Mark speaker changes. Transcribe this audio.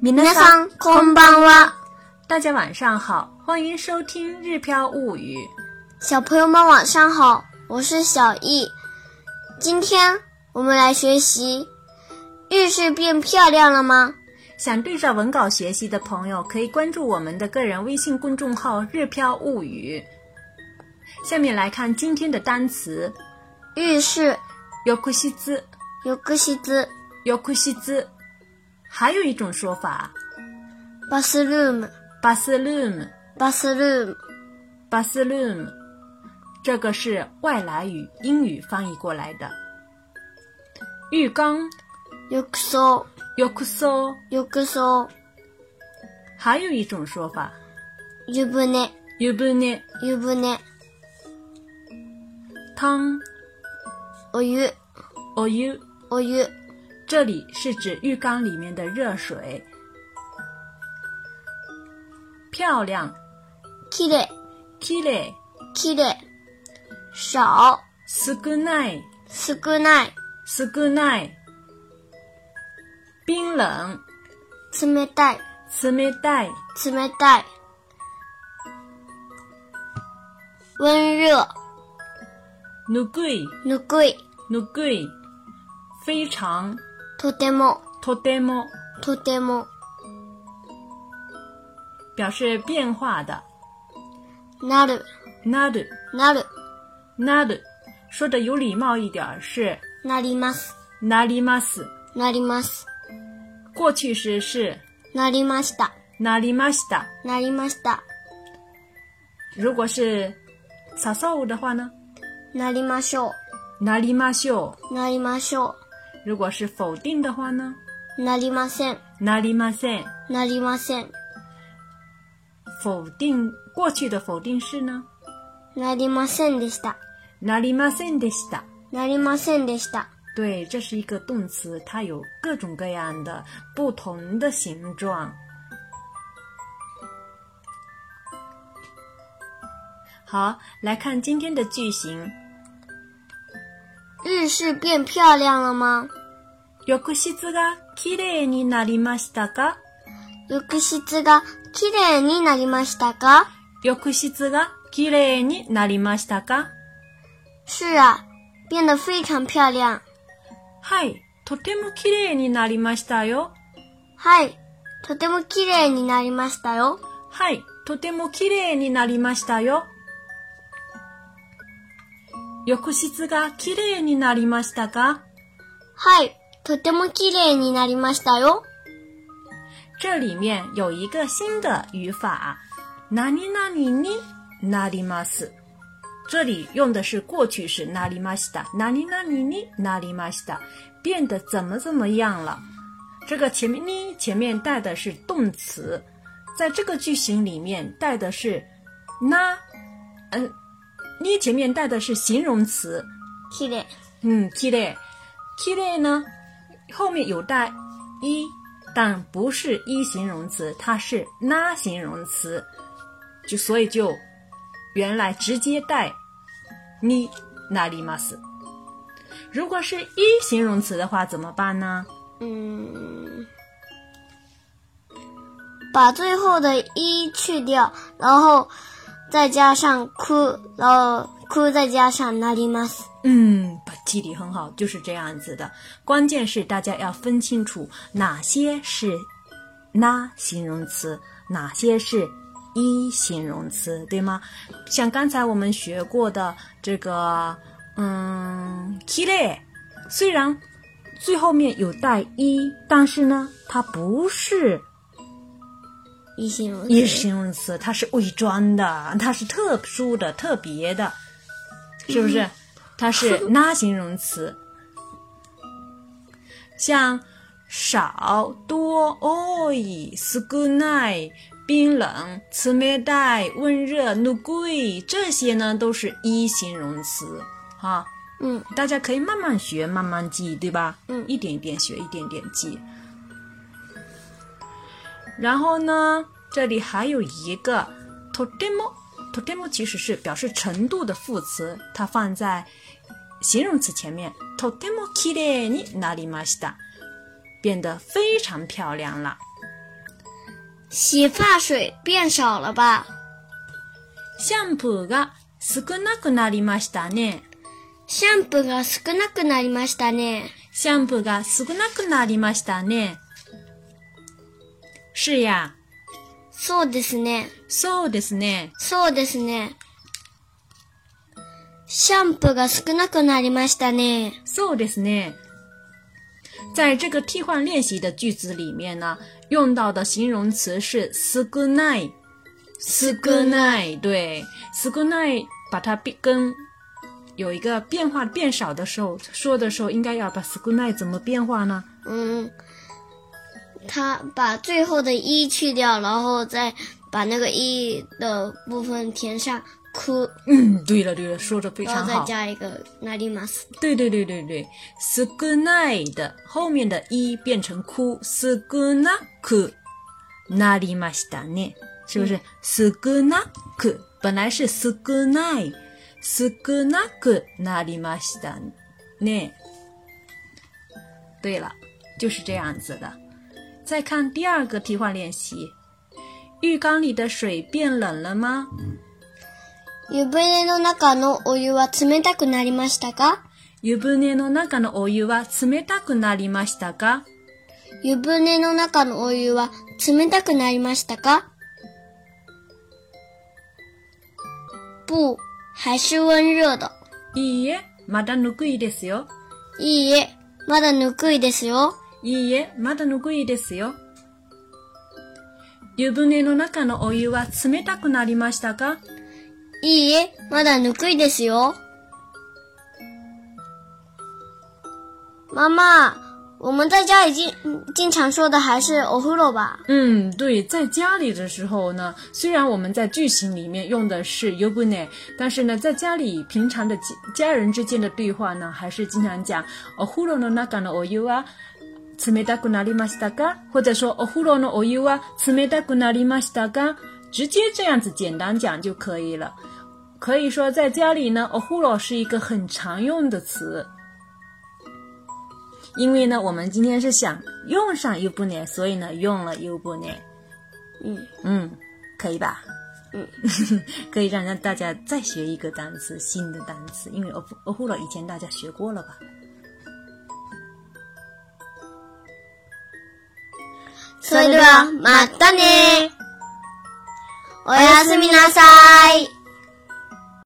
Speaker 1: 皆さんこんばんは。
Speaker 2: 大家晚上好，欢迎收听《日飘物语》。
Speaker 1: 小朋友们晚上好，我是小易。今天我们来学习日式变漂亮了吗？
Speaker 2: 想对照文稿学习的朋友，可以关注我们的个人微信公众号“日飘物语”。下面来看今天的单词：
Speaker 1: 日式
Speaker 2: 浴室、
Speaker 1: 浴室、
Speaker 2: 浴室。还有一种说法
Speaker 1: ，bathroom、
Speaker 2: bathroom、
Speaker 1: bathroom。
Speaker 2: bathroom，这个是外来语英语翻译过来的。浴缸、
Speaker 1: 浴槽、
Speaker 2: 浴槽，
Speaker 1: 浴槽、
Speaker 2: 还有一种说法
Speaker 1: 湯船、
Speaker 2: 浴船、
Speaker 1: 湯船、
Speaker 2: 汤、
Speaker 1: お湯、
Speaker 2: お湯，
Speaker 1: お湯、
Speaker 2: 这里是指浴缸里面的热水。漂亮、
Speaker 1: きれい、
Speaker 2: きれい、
Speaker 1: きれい、少、
Speaker 2: 少ない、
Speaker 1: 少ない、
Speaker 2: 少ない。冰冷、
Speaker 1: 冷たい、
Speaker 2: 冷たい、
Speaker 1: 冷たい。温热、
Speaker 2: ぬくい、
Speaker 1: ぬくい、
Speaker 2: ぬくい。非常、
Speaker 1: とても、
Speaker 2: とても。
Speaker 1: とても、
Speaker 2: 表示变化的
Speaker 1: なる、
Speaker 2: なる
Speaker 1: なる、
Speaker 2: なる，说的有礼貌一点儿是
Speaker 1: なります、
Speaker 2: なります，
Speaker 1: なります、
Speaker 2: 过去时是
Speaker 1: なりました、
Speaker 2: なりました。
Speaker 1: なりました、
Speaker 2: 如果是撒う的话呢，
Speaker 1: なりましょ
Speaker 2: なりましょ
Speaker 1: う、なりまし
Speaker 2: う。
Speaker 1: ょ
Speaker 2: 如果是否定的话呢，
Speaker 1: う、なりません、
Speaker 2: なりません。
Speaker 1: なりません、
Speaker 2: 否定过去的否定式呢，
Speaker 1: なりませんでした、
Speaker 2: なりませんでした。
Speaker 1: なりませんでした、
Speaker 2: 对，这是一个动词，它有各种各样的不同的形状。好，来看今天的句型：
Speaker 1: 日式变漂亮了吗
Speaker 2: 浴室が綺麗になりましたか？
Speaker 1: 浴室が綺麗になりましたか
Speaker 2: 浴室が綺麗になりましたか？
Speaker 1: 是啊，变得非常漂亮。
Speaker 2: はい、とても綺麗になりましたよ。
Speaker 1: はい、とても綺麗になりましたよ。
Speaker 2: はい、とても綺麗になりましたよ。浴室が綺麗になりましたか？
Speaker 1: はい、とても綺麗になりましたよ。
Speaker 2: 这里面有一个新的语法，なになにになります。这里用的是过去式なりました，なになにになりました，变得怎么怎么样了。这个前面呢前面带的是动词，在这个句型里面带的是な，嗯，呢前面带的是形容词，
Speaker 1: 綺麗、
Speaker 2: 嗯，きれい，きれい呢，后面有带一，但不是一形容词，它是那形容词，就所以就原来直接带になります。如果是一形容词的话，怎么办呢？
Speaker 1: 嗯，把最后的一去掉，然后再加上哭，然后哭再加上なります。
Speaker 2: 嗯，把基底很好，就是这样子的。关键是大家要分清楚哪些是那形容词，哪些是一形容词，对吗？像刚才我们学过的这个，嗯，ki e 虽然最后面有带一，但是呢，它不是
Speaker 1: 一形容
Speaker 2: 一
Speaker 1: 词。
Speaker 2: 形容词，它是伪装的，它是特殊的、特别的，是不是？它是那形容词，像少、多、哦多い、少ない、冰冷、冷たい、温热、ぬくい，这些呢都是一形容词啊。
Speaker 1: 嗯，
Speaker 2: 大家可以慢慢学，慢慢记，对吧？
Speaker 1: 嗯
Speaker 2: 一点一点学，一点点记。然后呢，这里还有一个 to demo。to demo 其实是表示程度的副词，它放在形容词前面。to demo きれいになりました，变得非常漂亮了。
Speaker 1: 洗发水变少了吧？
Speaker 2: シャンプーが少なくなりましたね。
Speaker 1: シャンプーが少なくなりましたね。
Speaker 2: シャンプーが少なくなりましたね。是呀，
Speaker 1: そうですね。
Speaker 2: そうですね。
Speaker 1: そうですね。シャンプーが少なくなりましたね。
Speaker 2: そうですね。在这个替换练习的句子里面呢，用到的形容词是少ない。少ない，对，少ない把它变跟有一个变化变少的时候说的时候，应该要把少ない怎么变化呢？
Speaker 1: 嗯，他把最后的一去掉，然后再把那个一的部分填上哭，
Speaker 2: 嗯，对了对了，说的非
Speaker 1: 然
Speaker 2: 常
Speaker 1: 后再
Speaker 2: 好。
Speaker 1: 加一个なります。
Speaker 2: 对对对对对，少ない的后面的一变成哭，少なくなりましたね，是不是？少なく本来是少ない，少なくなりましたね。对了，就是这样子的。再看第二个替换练习，浴缸里的水变冷了吗？
Speaker 1: 湯船の中のお湯は冷たくなりましたか
Speaker 2: 湯船の中のお湯は冷たくなりましたか？
Speaker 1: 湯船の中のお湯は冷たくなりましたか不、还是温热的。
Speaker 2: いいえ、まだぬくいですよ。
Speaker 1: いいえ、まだぬくいですよ。
Speaker 2: いいえ、まだぬくいですよ。湯船の中のお湯は冷たくなりましたか
Speaker 1: いいえ、まだぬくいですよ。妈妈，我们在家已经嗯经常说的还是お風呂吧？
Speaker 2: 嗯，对，在家里的时候呢，虽然我们在剧情里面用的是 y u b u n e 但是呢，在家里平常的家家人之间的对话呢，还是经常讲お風呂の中のお湯は冷たくなりましたか？或者说お風呂のお湯は冷たくなりましたか？直接这样子简单讲就可以了。可以说，在家里呢，o h u r o 是一个很常用的词。因为呢，我们今天是想用上 u b u n e 所以呢，用了 u b u n e
Speaker 1: 嗯
Speaker 2: 嗯，可以吧？
Speaker 1: 嗯，
Speaker 2: 可以让让大家再学一个单词，新的单词，因为 o o h u r o 以前大家学过了吧？
Speaker 1: それではまたね。おやすみなさい。